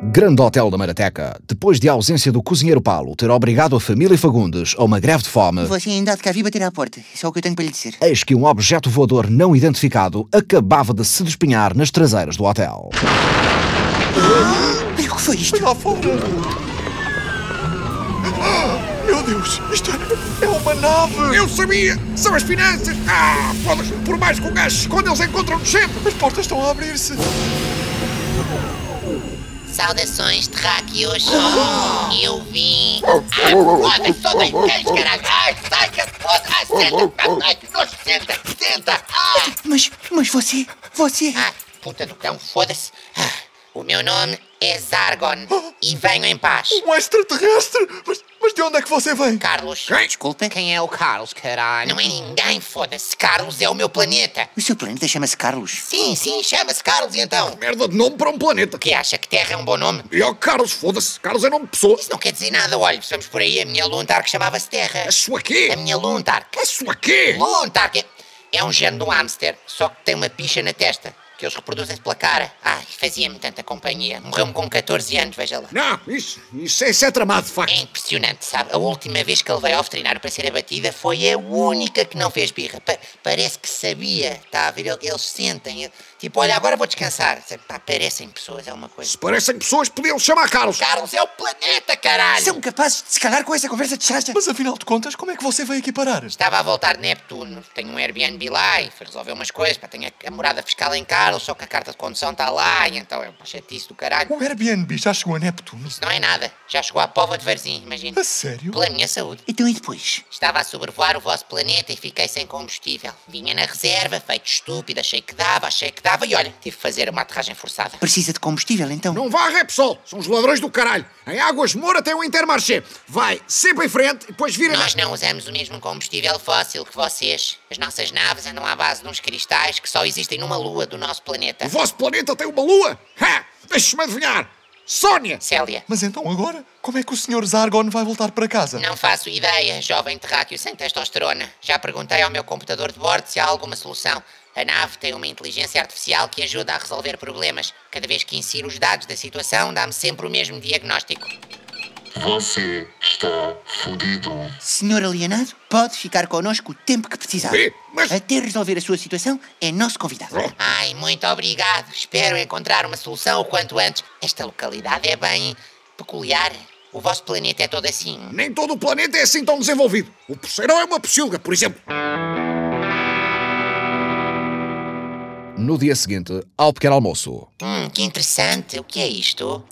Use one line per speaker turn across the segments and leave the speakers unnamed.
Grande Hotel da Marateca, depois de a ausência do cozinheiro Paulo ter obrigado a família Fagundes a uma greve de fome,
Você assim ainda há de cá vir bater à porta. Isso é o que eu tenho para lhe dizer.
eis que um objeto voador não identificado acabava de se despenhar nas traseiras do hotel.
Mas o que foi isto?
Lá fora! Ah, Meu Deus, isto é- é uma nave!
Eu sabia! São as finanças! Ah, foda-se! Por mais que o gajo se esconda, eles encontram-nos sempre!
As portas estão a abrir-se!
Saudações, terráqueos. um, Eu vim. Ai, foda-se, toda em três, caralho. Ai, sai que foda. Ai, senta, pá, ai, que nojo, senta, senta. Ai,
Mas, mas você, você...
ai, puta do cão, foda-se. Ah, O meu nome é Zargon e venho em paz.
Um extraterrestre! Mas, mas de onde é que você vem?
Carlos.
Desculpa.
Quem é o Carlos, caralho? Não é ninguém, foda-se. Carlos é o meu planeta.
O seu planeta chama-se Carlos.
Sim, sim, chama-se Carlos e então.
Merda de nome para um planeta!
O que acha que Terra é um bom nome?
E ó, Carlos, foda-se! Carlos é nome de pessoa!
Não quer dizer nada, olha, estamos por aí, a minha Luntar que chamava-se Terra.
A sua quê?
A minha Luntar.
A sua É quê?
Luntar, que é um género de um hamster, só que tem uma picha na testa, que eles reproduzem-se pela cara. Ai, fazia-me tanta companhia. Morreu-me com 14 anos, veja lá.
Não, isso, isso é, isso é tramado, de
É
facto.
impressionante, sabe? A última vez que ele veio ao veterinário para ser abatida foi a única que não fez birra. Pa- parece que sabia, está a ver? Ele- Eles sentem, ele- tipo, olha, agora vou descansar. Sabe, pá, parecem pessoas, é uma coisa.
Se parecem pessoas, podiam chamar Carlos.
Carlos é o planeta, caralho!
São capazes de se calar com essa conversa de chacha.
Mas afinal de contas, como é que você veio aqui parar?
Estava a voltar de Neptuno, tenho um Airbnb lá e fui resolver umas coisas, pá, tenho a, a morada fiscal em Carlos, só que a carta de condução está lá, e então é uma chatice do caralho.
O Airbnb já chegou a Neptuno?
Não é nada, já chegou à pova de Varzim, imagina.
A sério?
Pela minha saúde.
Então e depois?
Estava a sobrevoar o vosso planeta e fiquei sem combustível. Vinha na reserva, feito estúpido, achei que dava, achei que dava e olha, tive que fazer uma aterragem forçada.
Precisa de combustível, então?
Não vá a Repsol, são os ladrões do caralho. Em Águas de Moura tem um Intermarché. Vai sempre em frente e depois vira.
Nós não usamos o mesmo combustível fóssil que vocês. As nossas naves andam à base de uns cristais que só existem numa lua do nosso planeta.
O vosso planeta tem uma lua? Ha! Deixe-me adivinhar. Sónia!
Célia,
Mas então agora, como é que o Sr. Zargon vai voltar para casa?
Não faço ideia, jovem terráqueo sem testosterona. Já perguntei ao meu computador de bordo se há alguma solução. A nave tem uma inteligência artificial que ajuda a resolver problemas. Cada vez que insiro os dados da situação, dá-me sempre o mesmo diagnóstico.
Você está fudido.
Senhor alienado, pode ficar connosco o tempo que precisar.
Sim, mas-
Até resolver a sua situação, é nosso convidado.
Ai, muito obrigado. Espero encontrar uma solução o quanto antes. Esta localidade é bem peculiar. O vosso planeta é todo assim.
Nem todo o planeta é assim tão desenvolvido. O Poceirão é uma pocilga, por exemplo.
No dia seguinte, ao pequeno almoço,
Hum, que interessante. O que é isto?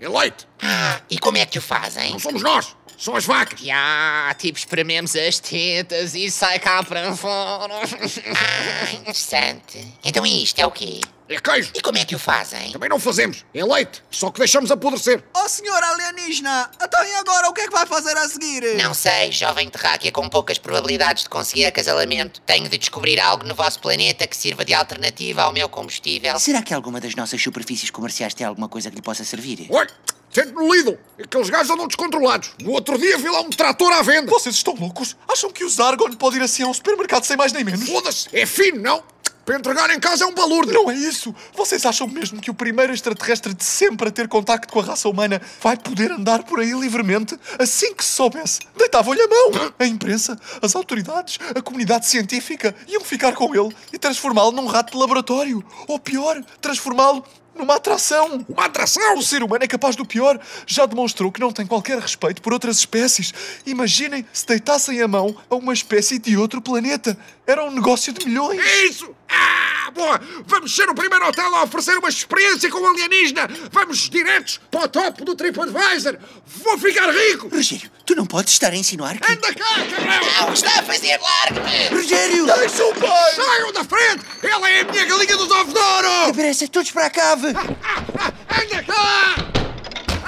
É leite,
Ah, e como é que o fazem?
não somos nós, são as vacas.
Ya, tipo, esprememos as tetas e sai cá para fora.
Ah, interessante. Então isto é o quê?
É queijo,
E como é que o fazem?
também não fazemos. É leite, só que deixamos apodrecer.
Ó senhor alienígena, então e agora o que é que vai fazer a seguir?
Não sei, jovem terráquea com poucas probabilidades de conseguir acasalamento. Tenho de descobrir algo no vosso planeta que sirva de alternativa ao meu combustível.
Será que alguma das nossas superfícies comerciais tem alguma coisa que lhe possa servir?
Olha, sente no Lidl, aqueles gajos andam descontrolados. No outro dia vi lá um trator à venda.
Vocês estão loucos? Acham que o Zargon pode ir assim a um supermercado sem mais nem menos?
Foda-se, é fino, não? Para entregar em casa é um balúrdio.
Não é isso! Vocês acham mesmo que o primeiro extraterrestre de sempre a ter contacto com a raça humana vai poder andar por aí livremente assim que se soubesse? Deitavam-lhe a mão! A imprensa, as autoridades, a comunidade científica iam ficar com ele e transformá-lo num rato de laboratório. Ou pior, transformá-lo numa atração.
Uma atração!
O ser humano é capaz do pior. Já demonstrou que não tem qualquer respeito por outras espécies. Imaginem se deitassem a mão a uma espécie de outro planeta. Era um negócio de milhões.
É isso! Ah, boa! Vamos ser o primeiro hotel a oferecer uma experiência com o alienígena! Vamos diretos para o topo do TripAdvisor! Vou ficar rico!
Rogério, tu não podes estar a insinuar que...
Anda cá, cabrão!
Ah, o que está a fazer? Largue-me!
Rogério!
Deixa o pai!
Saiam da frente! Ela é a minha galinha dos ovos de ouro!
Aparece é todos para a cave!
Ah, Anda cá!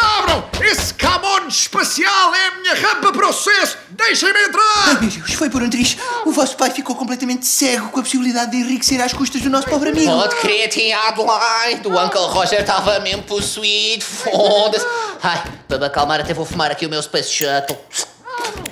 Abram! Esse camon espacial é a minha rampa para o sucesso! Deixem-me
Ai,
entrar!
meu Deus, foi por um triz. O vosso pai ficou completamente cego com a possibilidade de enriquecer às custas do nosso pobre amigo.
Pode crer, tinha Adelaide. O Uncle Roger estava mesmo possuído. Foda-se. Ai, para me acalmar, até vou fumar aqui o meu Space Shuttle.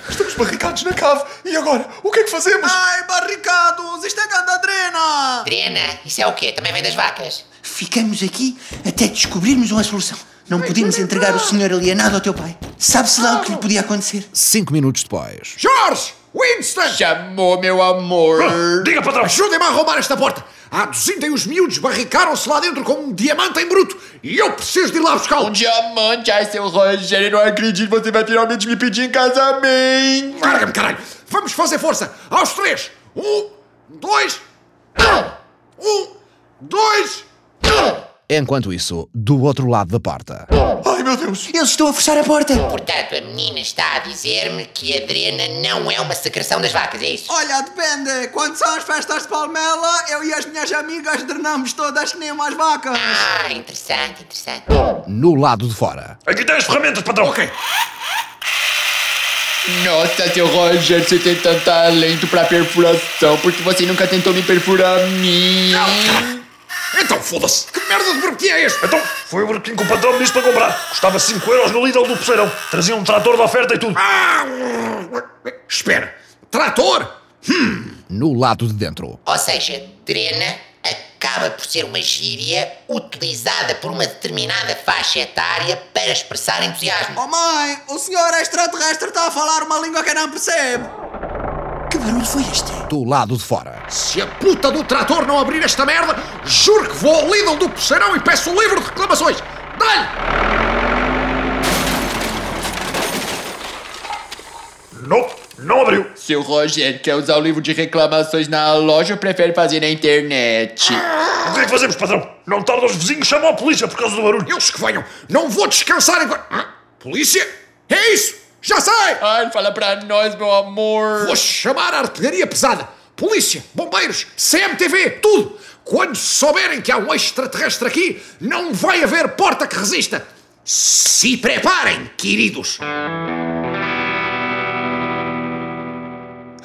Estamos barricados na cave. E agora? O que é que fazemos?
Ai, barricados, isto é gandadrena!
Drena, isso é o quê? Também vem das vacas?
Ficamos aqui até descobrirmos uma solução. Não podíamos entregar o senhor alienado ao teu pai. Sabe-se lá o que lhe podia acontecer.
Cinco minutos depois.
Jorge! Winston! Ah,
Chamou, meu amor.
Diga, patrão!
Ajudem-me a arrombar esta porta! Há 200 e os miúdos barricaram-se lá dentro como um diamante em bruto e eu preciso de ir lá
Um
buscá-los!
diamante, ai, seu Rogério, não acredito, você vai finalmente me pedir em casamento.
Larga-me, caralho! Vamos fazer força! Aos três! Um, dois... Um, dois...
Enquanto isso, do outro lado da porta.
Ai, meu Deus!
Eles estão a fechar a porta.
Portanto, a menina está a dizer-me que a drena não é uma secreção das vacas, é isso?
Olha, depende. Quando são as festas de Palmela, eu e as minhas amigas drenamos todas que nem umas vacas.
Ah, interessante, interessante.
No lado de fora.
Aqui tem as ferramentas, patrão! Ok!
Nossa, seu Roger, você tem tanto talento pra perfuração, porque você nunca tentou me perfurar a mim.
Então foda-se! Que merda de burquinha é este?
Então, foi o burquinho que o patrão me disse para comprar. Custava 5 euros no Lidl do Poceirão. Trazia um trator de oferta e tudo.
Ah, espera! Trator!
No lado de dentro.
Ou seja, drena acaba por ser uma gíria utilizada por uma determinada faixa etária para expressar entusiasmo.
Oh mãe, o senhor extraterrestre está a falar uma língua que eu não percebo.
Que barulho foi este?
Do lado de fora.
Se a puta do trator não abrir esta merda, juro que vou ao Lidl do Poceirão e peço um livro de reclamações! Dá-lhe!
Não, não abriu.
Seu Roger quer usar o livro de reclamações na loja ou prefere fazer na internet?
O que é que fazemos, patrão? Não tarda os vizinhos, chamam a polícia por causa do barulho.
Eles que venham! Não vou descansar enquanto... Ah, polícia? É isso! Já sei!
Ai, fala pra nós, meu amor.
Vou chamar a artilharia pesada, polícia, bombeiros, CMTV, tudo! Quando souberem que há um extraterrestre aqui, não vai haver porta que resista! Se preparem, queridos!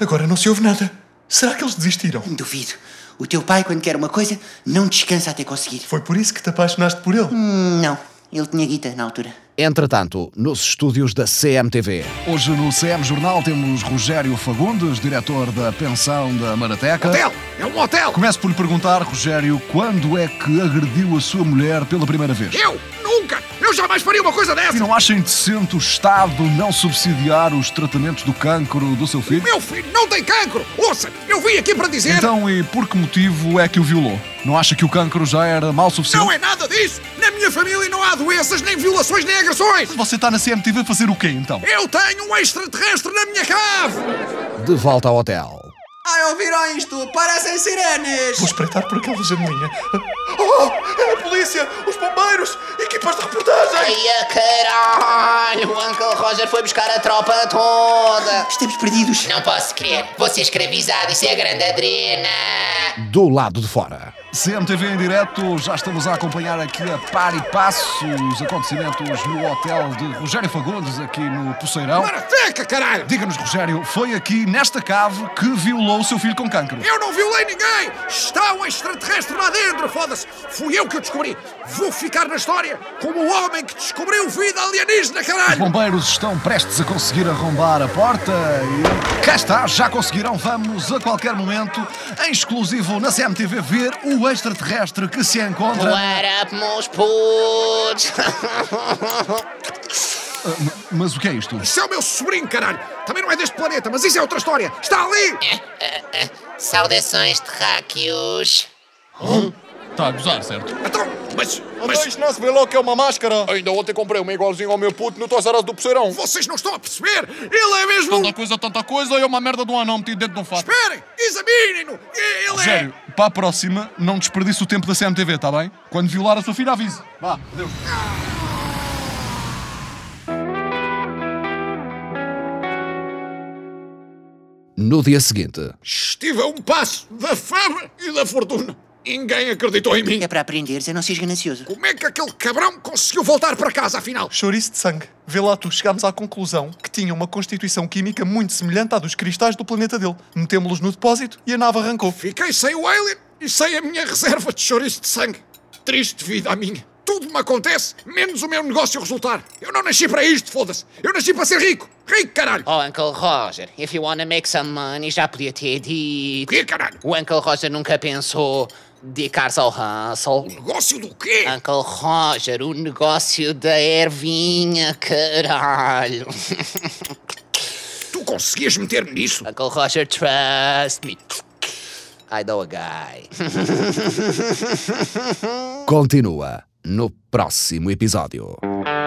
Agora não se ouve nada. Será que eles desistiram?
Duvido. O teu pai, quando quer uma coisa, não descansa até conseguir.
Foi por isso que te apaixonaste por ele?
Não, ele tinha guita na altura.
Entretanto, nos estúdios da CMTV.
Hoje no CM Jornal temos Rogério Fagundes, diretor da pensão da Marateca.
Hotel! É um hotel!
Começo por lhe perguntar, Rogério, quando é que agrediu a sua mulher pela primeira vez?
Eu? Nunca! Eu jamais faria uma coisa
E
dessa!
não acha indecente o Estado não subsidiar os tratamentos do cancro do seu filho?
Meu filho não tem cancro! Ouça, eu vim aqui para dizer...
Então, e por que motivo é que o violou? Não acha que o cancro já era mal suficiente?
Não é nada disso! Na minha família não há doenças, nem violações, nem agressões!
Você está na CMTV a fazer o quê, então?
Eu tenho um extraterrestre na minha cave!
De volta ao hotel.
Ai, ouviram isto? Parecem sirenes.
Vou espreitar por aquela janelinha. Oh! É a polícia! Os bombeiros! Equipas de reportagem!
Ai, a caralho, o Uncle Roger foi buscar a tropa toda.
Estamos perdidos.
Não posso crer. Vou ser escravizado. Isso é grande adrena.
Do lado de fora.
CMTV em direto, já estamos a acompanhar aqui a par e passo os acontecimentos no hotel de Rogério Fagundes, aqui no Poceirão.
Marateca, caralho!
Diga-nos, Rogério, foi aqui nesta cave que violou o seu filho com cancro?
Eu não violei ninguém! Está um extraterrestre lá dentro, foda-se! Fui eu que o descobri! Vou ficar na história como o homem que descobriu vida alienígena,
Os
caralho!
bombeiros estão prestes a conseguir arrombar a porta e cá está, já conseguiram. Vamos a qualquer momento, em exclusivo na CMTV, ver o extraterrestre que se encontra.
What up, meus putos?
Mas o que é isto?
Isso é o meu sobrinho, caralho! Também não é deste planeta, mas isso é outra história! Está ali!
Saudações, terráqueos.
Está a gozar, certo?
Então, mas.
Mas
Mas
isto não se vê logo que é uma máscara!
Ainda ontem comprei uma igualzinho ao meu puto no Tozaras do Poceirão.
vocês não estão a perceber! Ele é mesmo. um-
coisa, tanta coisa, é uma merda de um anão metido dentro de um fato.
Esperem! Examinem-no! E- Ele é-
Rogério, para a próxima, não desperdice o tempo da CMTV, está tá bem? Quando violar a sua filha, avise. Vá, adeus.
No dia seguinte.
é. Estive a um passo da fama e da fortuna! Ninguém acreditou em mim!
É para aprenderes a não seres ganancioso.
Como é que aquele cabrão conseguiu voltar para casa, afinal?
Chouriço de sangue. Vê lá tu, chegámos à conclusão que tinha uma constituição química muito semelhante à dos cristais do planeta dele. Metemos-los no depósito e a nave arrancou.
Fiquei sem o alien e sem a minha reserva de chouriço de sangue. Triste vida a minha. Tudo me acontece, menos o meu negócio resultar. Eu não nasci para isto, foda-se. Eu nasci para ser rico. Rico, caralho.
Oh, Uncle Roger, if you wanna make some money, já podia ter dito.
Rico, caralho.
O Uncle Roger nunca pensou
dedicar-se ao Hansel. O
negócio do quê?
Uncle Roger, o negócio da ervinha, caralho.
Tu conseguias meter-me nisso?
Uncle Roger, trust me. I know a guy.
Continua no próximo episódio.